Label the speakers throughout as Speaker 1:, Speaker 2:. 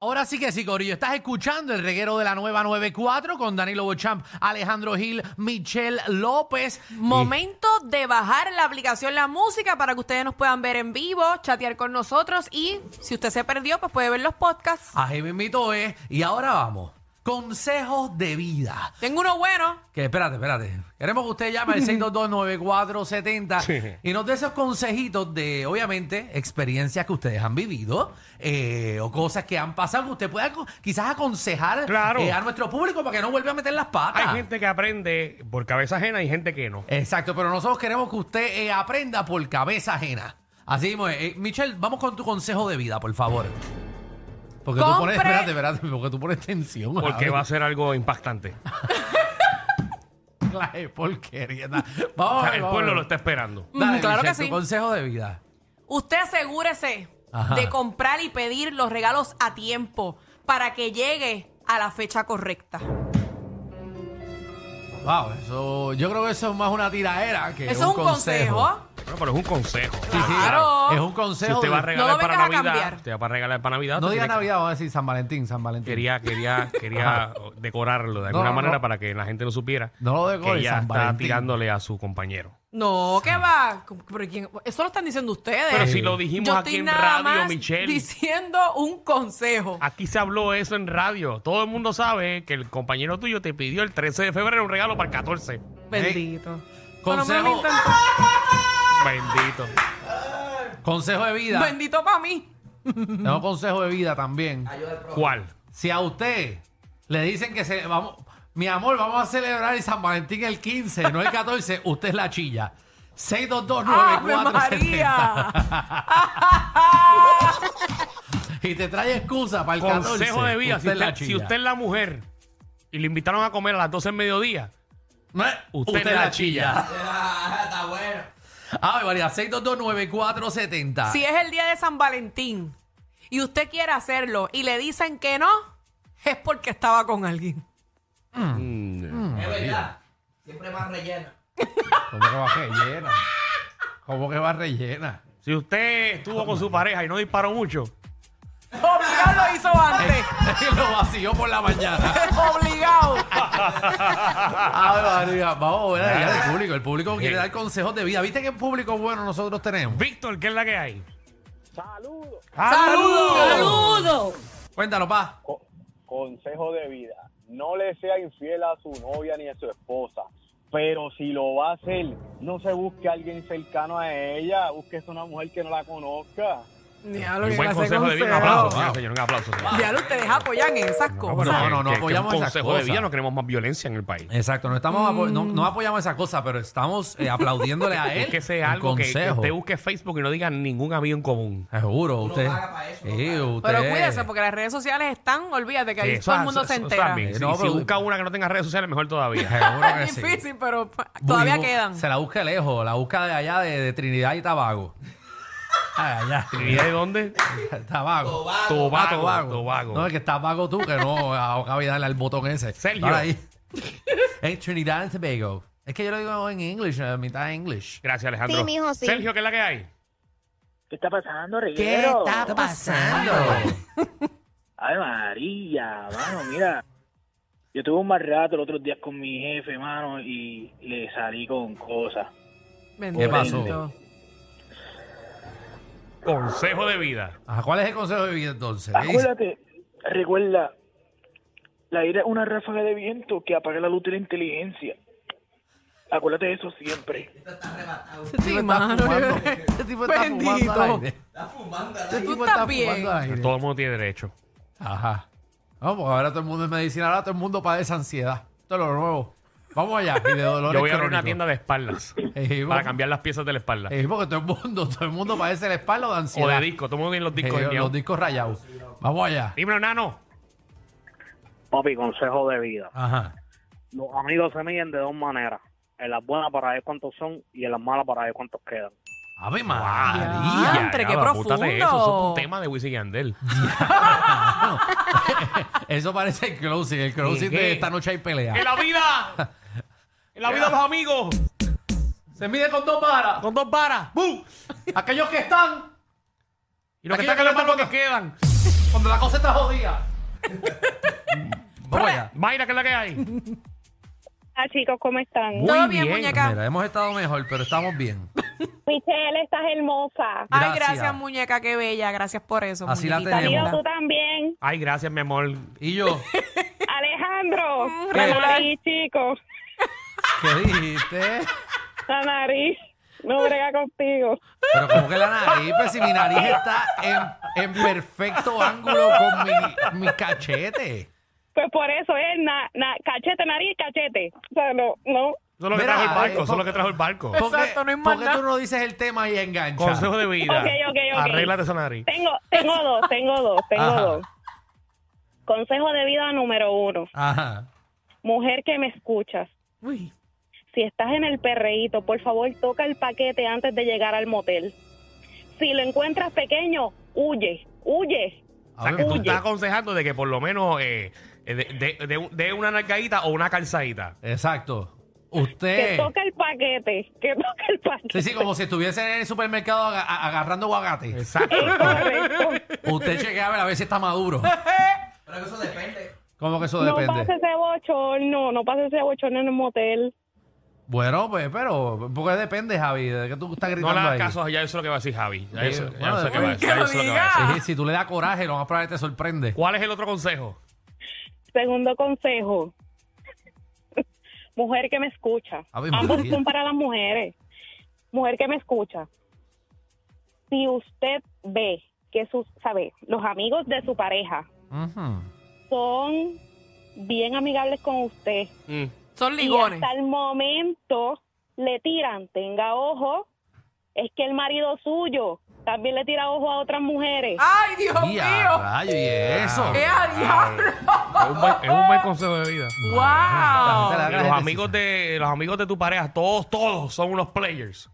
Speaker 1: Ahora sí que sí, Corillo. Estás escuchando el reguero de la nueva 94 con Danilo Bochamp, Alejandro Gil, Michelle López.
Speaker 2: Mm.
Speaker 3: Momento de bajar la aplicación La Música para que ustedes nos puedan ver en vivo, chatear con nosotros y si usted se perdió, pues puede ver los podcasts.
Speaker 1: Así mismito es. Y ahora vamos. Consejos de vida.
Speaker 3: Tengo uno bueno.
Speaker 1: Que espérate, espérate. Queremos que usted llame al 6229470
Speaker 2: Sí.
Speaker 1: y nos dé esos consejitos de, obviamente, experiencias que ustedes han vivido eh, o cosas que han pasado que usted pueda co- quizás aconsejar
Speaker 2: Claro.
Speaker 1: eh, a nuestro público para que no vuelva a meter las
Speaker 2: Hay
Speaker 1: patas.
Speaker 2: gente que aprende por cabeza ajena y gente que
Speaker 1: Eh,
Speaker 2: no.
Speaker 1: Exacto, pero nosotros queremos que usted eh, aprenda por cabeza ajena. Así mismo, es. Eh, Michelle, vamos con tu consejo de vida, por favor. Porque tú
Speaker 3: Compre-
Speaker 1: pones, espérate, espérate, porque tú pones tensión.
Speaker 2: Porque
Speaker 1: ver.
Speaker 2: va a ser algo impactante.
Speaker 1: Clase de porquería. na. Vamos, a ver,
Speaker 2: El
Speaker 1: vamos a
Speaker 2: pueblo
Speaker 1: ver.
Speaker 2: lo está esperando.
Speaker 1: Dale,
Speaker 3: Mm, claro
Speaker 1: Michelle,
Speaker 3: que sí.
Speaker 1: Tu consejo de vida.
Speaker 3: Usted asegúrese
Speaker 1: Ajá.
Speaker 3: de comprar y pedir los regalos a tiempo para que llegue a la fecha correcta.
Speaker 1: Wow, eso, yo creo que eso es más una tiraera que
Speaker 3: Eso es un consejo.
Speaker 2: Bueno, pero es un consejo.
Speaker 1: Sí, sí,
Speaker 3: Claro.
Speaker 1: Es un consejo.
Speaker 2: Si usted va a
Speaker 1: de-
Speaker 2: regalar
Speaker 3: No lo
Speaker 2: para
Speaker 3: vengas a
Speaker 2: Navidad,
Speaker 3: cambiar.
Speaker 2: te va a regalar para Navidad.
Speaker 1: no
Speaker 2: usted
Speaker 1: diga
Speaker 2: tiene que-
Speaker 1: Navidad, vamos a decir San Valentín, San Valentín.
Speaker 2: Quería, quería, quería decorarlo de alguna
Speaker 1: no,
Speaker 2: manera
Speaker 1: no.
Speaker 2: para que la gente lo supiera.
Speaker 1: No lo
Speaker 2: que
Speaker 1: decore,
Speaker 2: ella
Speaker 1: San
Speaker 2: está
Speaker 1: Valentín. Eh,
Speaker 2: tirándole a su compañero.
Speaker 3: No, ¿qué va? Pero quién- Eso lo están diciendo ustedes.
Speaker 2: Pero si lo dijimos
Speaker 3: Yo
Speaker 2: aquí
Speaker 3: estoy
Speaker 2: en
Speaker 3: nada
Speaker 2: radio,
Speaker 3: más
Speaker 2: Michelle.
Speaker 3: diciendo un consejo.
Speaker 2: Aquí se habló eso en radio. Todo el mundo sabe que el compañero tuyo te pidió el 13 de febrero un regalo para el 14.
Speaker 3: Bendito. Bueno, me lo
Speaker 1: Consejo,
Speaker 3: intentó.
Speaker 2: Ah. Bendito.
Speaker 1: consejo de vida.
Speaker 3: Bendito para mí.
Speaker 1: Tengo consejo de vida también.
Speaker 2: ¿Cuál?
Speaker 1: Si a usted le dicen que se vamos, mi amor, vamos a celebrar el San Valentín el 15, no el 14, usted es la chilla. 6229470
Speaker 3: Ah, María!
Speaker 1: y te trae excusa para el 14.
Speaker 2: Consejo de vida.
Speaker 1: Usted
Speaker 2: si,
Speaker 1: es la
Speaker 2: usted,
Speaker 1: chilla.
Speaker 2: si usted es la mujer y le invitaron a comer a las 12 del mediodía,
Speaker 1: No es-
Speaker 2: Usted
Speaker 1: usted,
Speaker 2: es
Speaker 1: es
Speaker 2: la
Speaker 1: la chilla. Ah, María, 6229470.
Speaker 3: Si es el día de San Valentín y usted quiere hacerlo y le dicen que no, es porque estaba con alguien.
Speaker 4: Es verdad. Siempre más rellena.
Speaker 1: ¿Cómo que va rellena? ¿Cómo que va rellena?
Speaker 2: si usted estuvo con su pareja y no disparó mucho,
Speaker 3: Obligado lo hizo antes.
Speaker 1: Lo vació por la mañana.
Speaker 3: Obligado.
Speaker 1: Ay, María, vamos a ver allá del público. El público quiere
Speaker 2: Sí.
Speaker 1: dar consejos de vida. ¿Viste qué público bueno nosotros tenemos?
Speaker 2: Víctor, ¿qué es la que hay?
Speaker 5: Saludos.
Speaker 3: ¡Saludos!
Speaker 1: Cuéntanos, pa.
Speaker 5: Co- consejo de vida. No le sea infiel a su novia ni a su esposa. Pero si lo va a hacer, no se busque a alguien cercano a ella. Busque una mujer que no la conozca.
Speaker 3: Diablo,
Speaker 2: Un
Speaker 3: que
Speaker 2: buen
Speaker 3: clase
Speaker 2: consejo de vida. Un
Speaker 3: consejo.
Speaker 2: aplauso, ¿eh?
Speaker 1: Wow.
Speaker 2: señor, señor, un aplauso. señor.
Speaker 3: Diablo, ustedes apoyan esas
Speaker 2: No, pero
Speaker 3: cosas.
Speaker 1: no,
Speaker 2: que-
Speaker 1: no, no
Speaker 2: que- que
Speaker 1: apoyamos
Speaker 2: un
Speaker 1: esas
Speaker 2: consejo
Speaker 1: cosas.
Speaker 2: de vida, no queremos más violencia en el país.
Speaker 1: Exacto, no estamos apo- no, no apoyamos esa cosa, pero estamos eh, aplaudiéndole a él.
Speaker 2: Es que sea
Speaker 1: un
Speaker 2: algo que, que
Speaker 1: consejo.
Speaker 2: usted busque Facebook y no diga ningún amigo en común.
Speaker 1: Seguro, usted.
Speaker 4: paga pa' eso, uno
Speaker 1: Sí,
Speaker 4: paga.
Speaker 1: usted-
Speaker 3: Pero cuídese, porque las redes sociales están, olvídate que
Speaker 2: Sí,
Speaker 3: ahí
Speaker 2: eso-
Speaker 3: todo el mundo
Speaker 2: eso-
Speaker 3: se
Speaker 2: eso
Speaker 3: entera.
Speaker 2: también. Si-
Speaker 1: Eh, No,
Speaker 2: si,
Speaker 1: pero-
Speaker 2: busca una que no tenga redes sociales, mejor todavía.
Speaker 1: Seguro que
Speaker 3: Es
Speaker 1: sí.
Speaker 3: difícil, pero pa- todavía
Speaker 1: Bu-
Speaker 3: quedan.
Speaker 1: Se la busca lejos, la busca de allá de, de Trinidad y Tabago. Ay, allá.
Speaker 2: ¿Y de dónde?
Speaker 1: Tabago. Ah,
Speaker 2: Tobago.
Speaker 1: Tobago.
Speaker 2: Tobago.
Speaker 1: No, es que estás vago tú, que no acabas de darle al botón ese.
Speaker 2: Sergio.
Speaker 1: Ahora ahí. en Trinidad y Tobago. Es que yo lo digo en English, eh, mitad English.
Speaker 2: Gracias, Alejandro.
Speaker 6: Sí, mijo, sí.
Speaker 2: Sergio, ¿qué es la que hay?
Speaker 5: ¿Qué está pasando,
Speaker 1: está pasando?
Speaker 5: Ay, María, mano, mira. Yo tuve un mal rato el otro día con mi jefe, mano, y le salí con cosas.
Speaker 1: ¿Qué
Speaker 3: Bendito.
Speaker 1: pasó?
Speaker 2: Consejo de vida.
Speaker 1: Ajá, ¿Cuál es el consejo de vida entonces? ¿Qué dice?
Speaker 5: Acuérdate, recuerda, la ira es una ráfaga de viento que apaga la luz de la inteligencia. Acuérdate de eso siempre.
Speaker 3: Sí,
Speaker 1: Este tipo está
Speaker 3: mano.
Speaker 1: fumando. Este tipo está
Speaker 3: Bendito.
Speaker 1: fumando al aire.
Speaker 4: Está fumando.
Speaker 1: Este
Speaker 3: Tú
Speaker 1: tipo
Speaker 3: estás
Speaker 1: está
Speaker 3: bien.
Speaker 1: fumando al aire.
Speaker 2: Todo el mundo tiene derecho.
Speaker 1: Ajá. Vamos, porque ahora todo el mundo es medicina, ahora todo el mundo padece ansiedad. Esto es lo nuevo. Vamos allá. Y de dolores
Speaker 2: Yo voy a abrir una
Speaker 1: crónicos.
Speaker 2: tienda de espaldas
Speaker 1: Eh,
Speaker 2: para
Speaker 1: vamos.
Speaker 2: cambiar las piezas de la espalda.
Speaker 1: Eh, porque todo el mundo, todo el mundo padece la espalda o de
Speaker 2: O
Speaker 1: ansiedad.
Speaker 2: de disco. Todo el mundo tiene los
Speaker 1: Eh,
Speaker 2: discos. de
Speaker 1: los discos rayados. Vamos allá.
Speaker 2: Dímelo, nano.
Speaker 7: Papi, consejo de vida.
Speaker 1: Ajá.
Speaker 7: Los amigos se miden de dos maneras. En las buenas para ver cuántos son y en las malas para ver cuántos quedan.
Speaker 1: Ave
Speaker 3: María.
Speaker 1: María.
Speaker 3: Diantre, qué
Speaker 2: nada, apúntate
Speaker 3: profundo.
Speaker 2: Eso, eso es un tema de Wisin y Yandel.
Speaker 1: Eso parece el closing. El closing
Speaker 2: Ujú.
Speaker 1: de esta noche hay pelea.
Speaker 2: ¡En la vida! ¡En la vida de los amigos!
Speaker 1: Se mide con dos varas.
Speaker 2: ¡Con dos varas! ¡Bum!
Speaker 1: Aquellos que están.
Speaker 2: Y los que
Speaker 1: Aquí
Speaker 2: están
Speaker 1: yo
Speaker 2: en la
Speaker 1: creo
Speaker 2: mano
Speaker 1: que
Speaker 2: que quedan.
Speaker 1: Cuando la cosa está jodida. Vamos allá.
Speaker 2: Mayra, ¿qué es la que hay?
Speaker 6: Hola Ah, chicos, ¿cómo están?
Speaker 2: Muy
Speaker 3: Todo bien,
Speaker 2: bien.
Speaker 3: muñeca.
Speaker 1: Mira, hemos estado mejor, pero estamos bien.
Speaker 6: Michelle, estás hermosa.
Speaker 3: Ay,
Speaker 1: Gracias.
Speaker 3: gracias, muñeca, qué bella. Gracias por eso.
Speaker 1: Así la
Speaker 3: muñequita
Speaker 1: tenemos.
Speaker 3: linda.
Speaker 6: Danilo, tú también.
Speaker 2: Ay, gracias, mi amor.
Speaker 1: ¿Y yo?
Speaker 6: Alejandro, la
Speaker 1: regular.
Speaker 6: nariz, chicos.
Speaker 1: ¿Qué dijiste?
Speaker 6: La nariz. No brega contigo.
Speaker 1: Pero como que la nariz, pues si mi nariz está en, en perfecto ángulo con mi, mi cachete.
Speaker 6: Pues por eso es na- na- cachete, nariz, cachete. O sea, no, no.
Speaker 2: Eso es lo que
Speaker 1: Mira,
Speaker 2: trajo el
Speaker 1: eh,
Speaker 2: barco. Eso es
Speaker 1: po-
Speaker 2: lo que trajo el barco.
Speaker 1: ¿Por qué-
Speaker 3: Exacto, no hay más
Speaker 1: ¿Por qué
Speaker 3: nada.
Speaker 1: tú no dices el tema y engancha?
Speaker 2: Consejo de vida.
Speaker 6: Ok, ok, ok.
Speaker 2: Arréglate esa nariz.
Speaker 6: Tengo, tengo dos, tengo dos, tengo
Speaker 1: Ajá.
Speaker 6: dos. Consejo de vida número uno.
Speaker 1: Ajá.
Speaker 6: Mujer que me escuchas.
Speaker 3: Uy.
Speaker 6: Si estás en el perreíto, por favor toca el paquete antes de llegar al motel. Si lo encuentras pequeño, huye, huye.
Speaker 1: A
Speaker 2: O sea,
Speaker 1: ver,
Speaker 2: que tú
Speaker 1: huye.
Speaker 2: estás aconsejando de que por lo menos eh, eh, de, de- de- de una nargadita o una calzadita.
Speaker 1: Exacto.
Speaker 6: Que
Speaker 1: Usted.
Speaker 6: toca el paquete, que toca el paquete.
Speaker 1: Eh. Sí, sí, como si estuviese en el supermercado aga- a- agarrando guagate.
Speaker 2: Exacto.
Speaker 6: Correcto.
Speaker 1: Usted chequea a ver si está maduro.
Speaker 4: Pero que eso depende.
Speaker 1: Como que eso
Speaker 6: No
Speaker 1: depende.
Speaker 6: pases ese bochorno, no pases ese bochorno en el motel.
Speaker 1: Bueno, pues, pero, porque depende, Javi, de que tú estás
Speaker 2: no
Speaker 1: gritando
Speaker 2: le hagas
Speaker 1: ahí.
Speaker 2: caso, ya yo sé lo que va a decir Javi. Ya yo sé, ya
Speaker 1: Bueno,
Speaker 2: yo sé que va a
Speaker 1: uy,
Speaker 2: decir. ya yo sé lo que va a decir.
Speaker 1: Sí, si tú le das coraje, lo más probable te sorprende.
Speaker 2: ¿Cuál es el otro consejo?
Speaker 6: Segundo consejo. Mujer que me escucha.
Speaker 1: Ave
Speaker 6: Ambos
Speaker 1: María.
Speaker 6: son para las mujeres. Mujer que me escucha. Si usted ve que sus, sabe, los amigos de su pareja
Speaker 1: Ujú.
Speaker 6: son bien amigables con usted
Speaker 2: Mm.
Speaker 3: Son
Speaker 6: y
Speaker 3: ligones.
Speaker 6: hasta el momento le tiran, tenga ojo, es que el marido suyo también le tira ojo a otras mujeres.
Speaker 3: Ay, Dios
Speaker 1: Y a
Speaker 3: mío.
Speaker 1: rayo, y eso.
Speaker 3: ¡Eh, a diablo!
Speaker 2: Es un buen, es un buen consejo de vida.
Speaker 1: Te
Speaker 3: ¡Wow!
Speaker 1: la-
Speaker 2: Y los amigos de los amigos de tu pareja, todos, todos son unos players.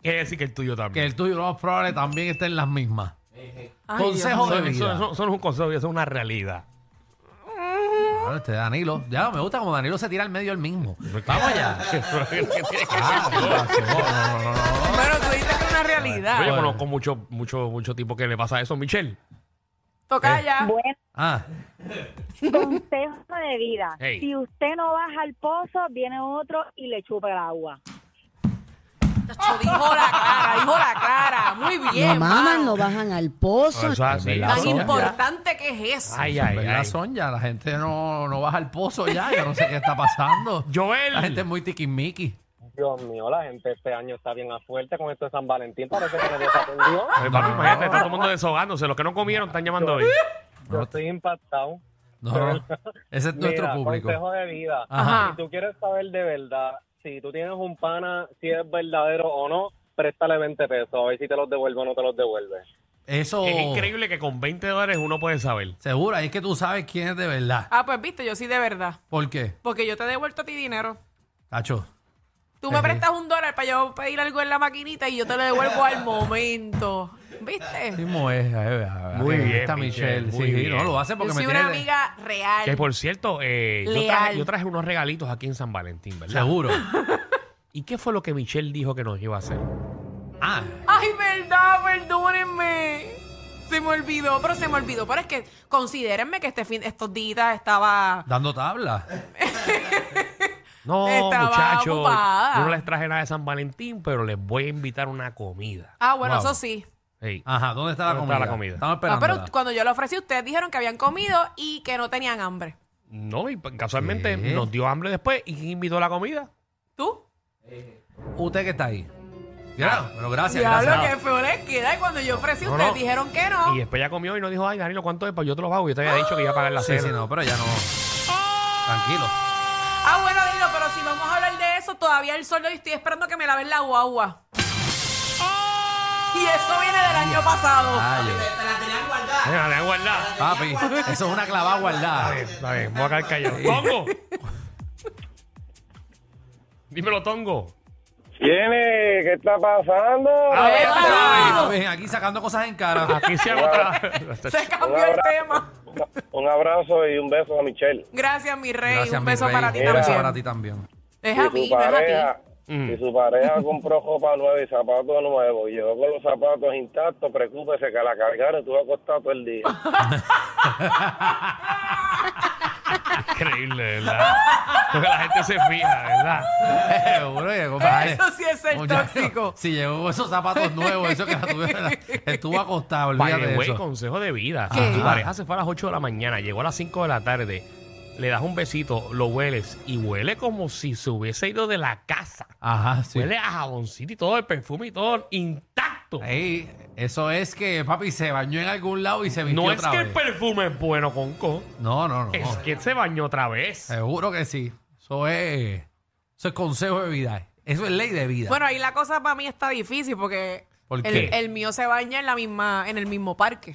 Speaker 2: Quiere decir que el tuyo
Speaker 1: Que
Speaker 2: también.
Speaker 1: el tuyo, lo más probable, también esté en las mismas.
Speaker 3: Ay,
Speaker 1: Consejo
Speaker 3: Dios
Speaker 1: de
Speaker 2: Eso,
Speaker 1: vida.
Speaker 2: eso- eso- eso no es un consejo, de vida, eso es una realidad.
Speaker 1: Claro, este Danilo. Ya me gusta como Danilo se tira al medio el mismo. Vamos allá. Ah, no, no, no, no.
Speaker 3: mío. Pero tú dijiste que es una
Speaker 2: Yo, yo
Speaker 3: realidad.
Speaker 2: conozco mucho, mucho, mucho tipo que le pasa eso, Michelle.
Speaker 3: Toca
Speaker 1: Eh.
Speaker 3: ya.
Speaker 6: Bueno,
Speaker 1: Ah,
Speaker 8: Consejo de vida.
Speaker 2: Hey.
Speaker 8: Si usted no baja al pozo, viene otro y le chupa el agua.
Speaker 3: Tacho, Dijo la cara, dijo la cara. Muy bien.
Speaker 9: no maman,
Speaker 3: mano.
Speaker 9: no bajan al pozo.
Speaker 2: Eso es así.
Speaker 1: verdad.
Speaker 3: Tan
Speaker 1: son ya.
Speaker 3: importante que es eso.
Speaker 2: Ay,
Speaker 1: en
Speaker 2: ay,
Speaker 1: verdad
Speaker 2: ay.
Speaker 1: son ya. La gente no, no baja al pozo ya. Yo no sé qué está pasando.
Speaker 2: Joel. Eh,
Speaker 1: La gente es muy tiquismiqui.
Speaker 7: Dios mío, la gente este año está bien a fuerte con esto de San Valentín. Parece que me desatendió.
Speaker 2: Ay, papi,
Speaker 1: Ah.
Speaker 2: imagínate, está todo el mundo deshogándose. Los que no comieron están llamando hoy.
Speaker 7: Yo estoy impactado.
Speaker 1: No, no. Ese es nuestro
Speaker 7: Mira,
Speaker 1: público.
Speaker 7: consejo de vida.
Speaker 1: Ajá.
Speaker 7: Si tú quieres saber de verdad, si tú tienes un pana, si es verdadero o no, préstale 20 pesos, a ver si te los devuelve o no te los devuelve.
Speaker 1: Eso.
Speaker 2: Es increíble que con 20 dólares uno puede saber.
Speaker 1: Seguro, ahí es que tú sabes quién es de verdad.
Speaker 3: Ah, pues viste, yo sí de verdad.
Speaker 1: ¿Por qué?
Speaker 3: Porque yo te he devuelto a ti dinero.
Speaker 1: Tacho.
Speaker 3: Tú me
Speaker 1: Ajá.
Speaker 3: prestas un dólar para yo pedir algo en la maquinita y yo te lo devuelvo al momento. ¿Viste?
Speaker 1: Mismo es. eh,
Speaker 2: Muy
Speaker 1: ahí
Speaker 2: bien,
Speaker 1: está
Speaker 2: Michelle,
Speaker 1: Michelle.
Speaker 2: muy
Speaker 1: sí, sí,
Speaker 2: bien.
Speaker 1: no lo hace
Speaker 3: Yo
Speaker 1: porque me
Speaker 3: soy
Speaker 1: tiene.
Speaker 3: una amiga
Speaker 2: Que
Speaker 3: real.
Speaker 2: por cierto, eh, yo, traje,
Speaker 3: Leal.
Speaker 2: yo traje unos regalitos aquí en San Valentín, ¿verdad?
Speaker 1: Seguro.
Speaker 2: ¿Y qué fue lo que Michelle dijo que nos iba a hacer?
Speaker 1: Ah,
Speaker 3: Ay, verdad, perdónenme. Se me olvidó, pero se me olvidó. Pero es que considérenme que este fin, estos días estaba.
Speaker 1: dando tabla.
Speaker 2: No,
Speaker 3: Estaba
Speaker 2: muchachos,
Speaker 3: ocupada.
Speaker 2: yo no les traje nada de San Valentín, pero les voy a invitar una comida.
Speaker 3: Ah, bueno,
Speaker 1: Wow.
Speaker 3: eso sí.
Speaker 2: Hey,
Speaker 1: Ajá, ¿dónde está la
Speaker 2: ¿Dónde
Speaker 1: comida?
Speaker 2: está la comida?
Speaker 1: Estamos
Speaker 3: Ah,
Speaker 1: esperando.
Speaker 3: pero cuando yo lo ofrecí, ustedes dijeron que habían comido y que no tenían hambre.
Speaker 2: No, y pues, casualmente
Speaker 1: ¿Qué?
Speaker 2: nos dio hambre después y invitó la comida.
Speaker 3: ¿Tú?
Speaker 1: Usted que está ahí. Claro,
Speaker 2: Ah.
Speaker 1: pero gracias,
Speaker 3: Ya lo
Speaker 1: gracias.
Speaker 3: que feo les queda. Y cuando yo ofrecí,
Speaker 2: No,
Speaker 3: ustedes
Speaker 2: no.
Speaker 3: dijeron que no.
Speaker 2: Y después ya comió y no dijo, ay, Danilo, ¿cuánto es? Pues yo te lo pago. Yo te había dicho que iba a pagar la
Speaker 1: Sí,
Speaker 2: cena.
Speaker 1: sí, no, pero ya no. Tranquilo.
Speaker 3: Ah, bueno, Dilo, pero si vamos a hablar de eso, todavía el sol y estoy esperando que me laven la guagua. Y eso viene del año pasado.
Speaker 1: Ay,
Speaker 4: Te, te la tenían guardada.
Speaker 2: Mira, le han guardado.
Speaker 1: papi, eso es una clavada
Speaker 2: Está
Speaker 1: guardada.
Speaker 2: bien, está bien. Voy a caer callado. ¡Tongo! Dímelo, Tongo.
Speaker 5: ¿Quién es? ¿Qué está pasando?
Speaker 2: A ver,
Speaker 3: ¡Epa!
Speaker 1: Ay, ven Aquí sacando cosas en cara.
Speaker 2: Aquí se agota.
Speaker 3: Se cambió el tema.
Speaker 5: Un abrazo y un beso a Michelle.
Speaker 3: Gracias, mi rey.
Speaker 1: Gracias,
Speaker 3: un
Speaker 1: mi
Speaker 3: beso
Speaker 1: rey.
Speaker 3: para ti
Speaker 1: Un beso
Speaker 3: también.
Speaker 1: para ti también.
Speaker 3: Es
Speaker 5: Si
Speaker 3: a
Speaker 5: tu
Speaker 3: mí, no es a ti.
Speaker 5: pareja,
Speaker 2: Mm.
Speaker 9: Si su pareja compró ropa nueva y zapatos nuevos y llegó con los zapatos intactos, preocúpese que la cargaron y tú vas a costar todo el día.
Speaker 2: Increíble, ¿verdad? Porque la gente se fija, ¿verdad?
Speaker 1: Seguro, llegó vale.
Speaker 3: Eso sí es ser
Speaker 1: Muchacho,
Speaker 3: tóxico.
Speaker 1: Si llegó con esos zapatos nuevos, eso que la tuve, estuvo acostado,
Speaker 2: By
Speaker 1: olvídate
Speaker 2: the
Speaker 1: de
Speaker 2: way,
Speaker 1: eso.
Speaker 2: consejo de vida.
Speaker 1: ¿Qué? Ah.
Speaker 2: Si tu pareja se fue a las 8 de la mañana, llegó a las 5 de la tarde, le das un besito, lo hueles y huele como si se hubiese ido de la casa.
Speaker 1: Ajá, sí.
Speaker 2: Huele a jaboncito y todo, el perfume y todo intacto.
Speaker 1: Ey, eso es que papi se bañó en algún lado y se vistió
Speaker 2: no es
Speaker 1: otra
Speaker 2: que el
Speaker 1: vez.
Speaker 2: perfume es bueno, Conco.
Speaker 1: No, no, no.
Speaker 2: Es que se bañó otra vez.
Speaker 1: Seguro que sí. Eso es, eso es consejo de vida. Eso es ley de vida.
Speaker 3: Bueno, ahí la cosa para mí está difícil porque
Speaker 1: ¿Por
Speaker 3: el,
Speaker 1: qué? Mm.
Speaker 3: el mío se baña en la misma, en el mismo parque.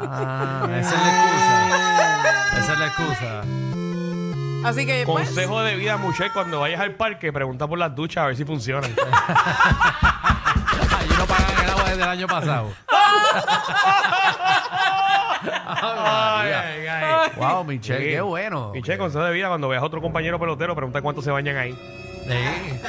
Speaker 1: Ah, esa es la excusa. Esa es la excusa.
Speaker 3: Así que pues,
Speaker 2: Consejo de vida, mujer, cuando vayas al parque, pregunta por las duchas a ver si funcionan.
Speaker 1: Allí no pagan el agua desde el año pasado. Ay, María.
Speaker 2: Ay, ay.
Speaker 1: Wow, Michelle,
Speaker 2: Sí.
Speaker 1: qué bueno.
Speaker 2: Michelle, consejo de vida, cuando veas a otro compañero pelotero, pregunta cuánto se bañan ahí.
Speaker 1: Sí.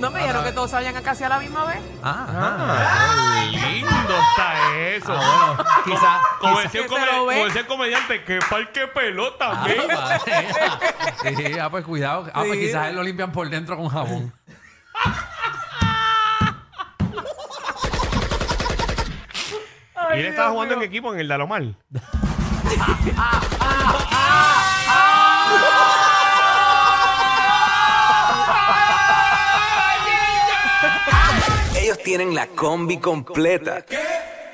Speaker 3: no me dijeron que todos se vayan casi a la misma vez.
Speaker 1: Ah, ah.
Speaker 2: Ay, lindo está eso.
Speaker 1: Ah, bueno, quizás.
Speaker 2: Como decía, un
Speaker 3: Que se lo
Speaker 2: come-
Speaker 3: ve.
Speaker 2: como decía el comediante, que parque
Speaker 1: Ah,
Speaker 2: pelota, men.
Speaker 1: Sí, ah, pues cuidado. Ah, pues
Speaker 3: Sí.
Speaker 1: quizás él lo limpian por dentro con jabón.
Speaker 2: Y él estaba jugando en equipo en el Dalomar.
Speaker 10: Ellos tienen la combi completa.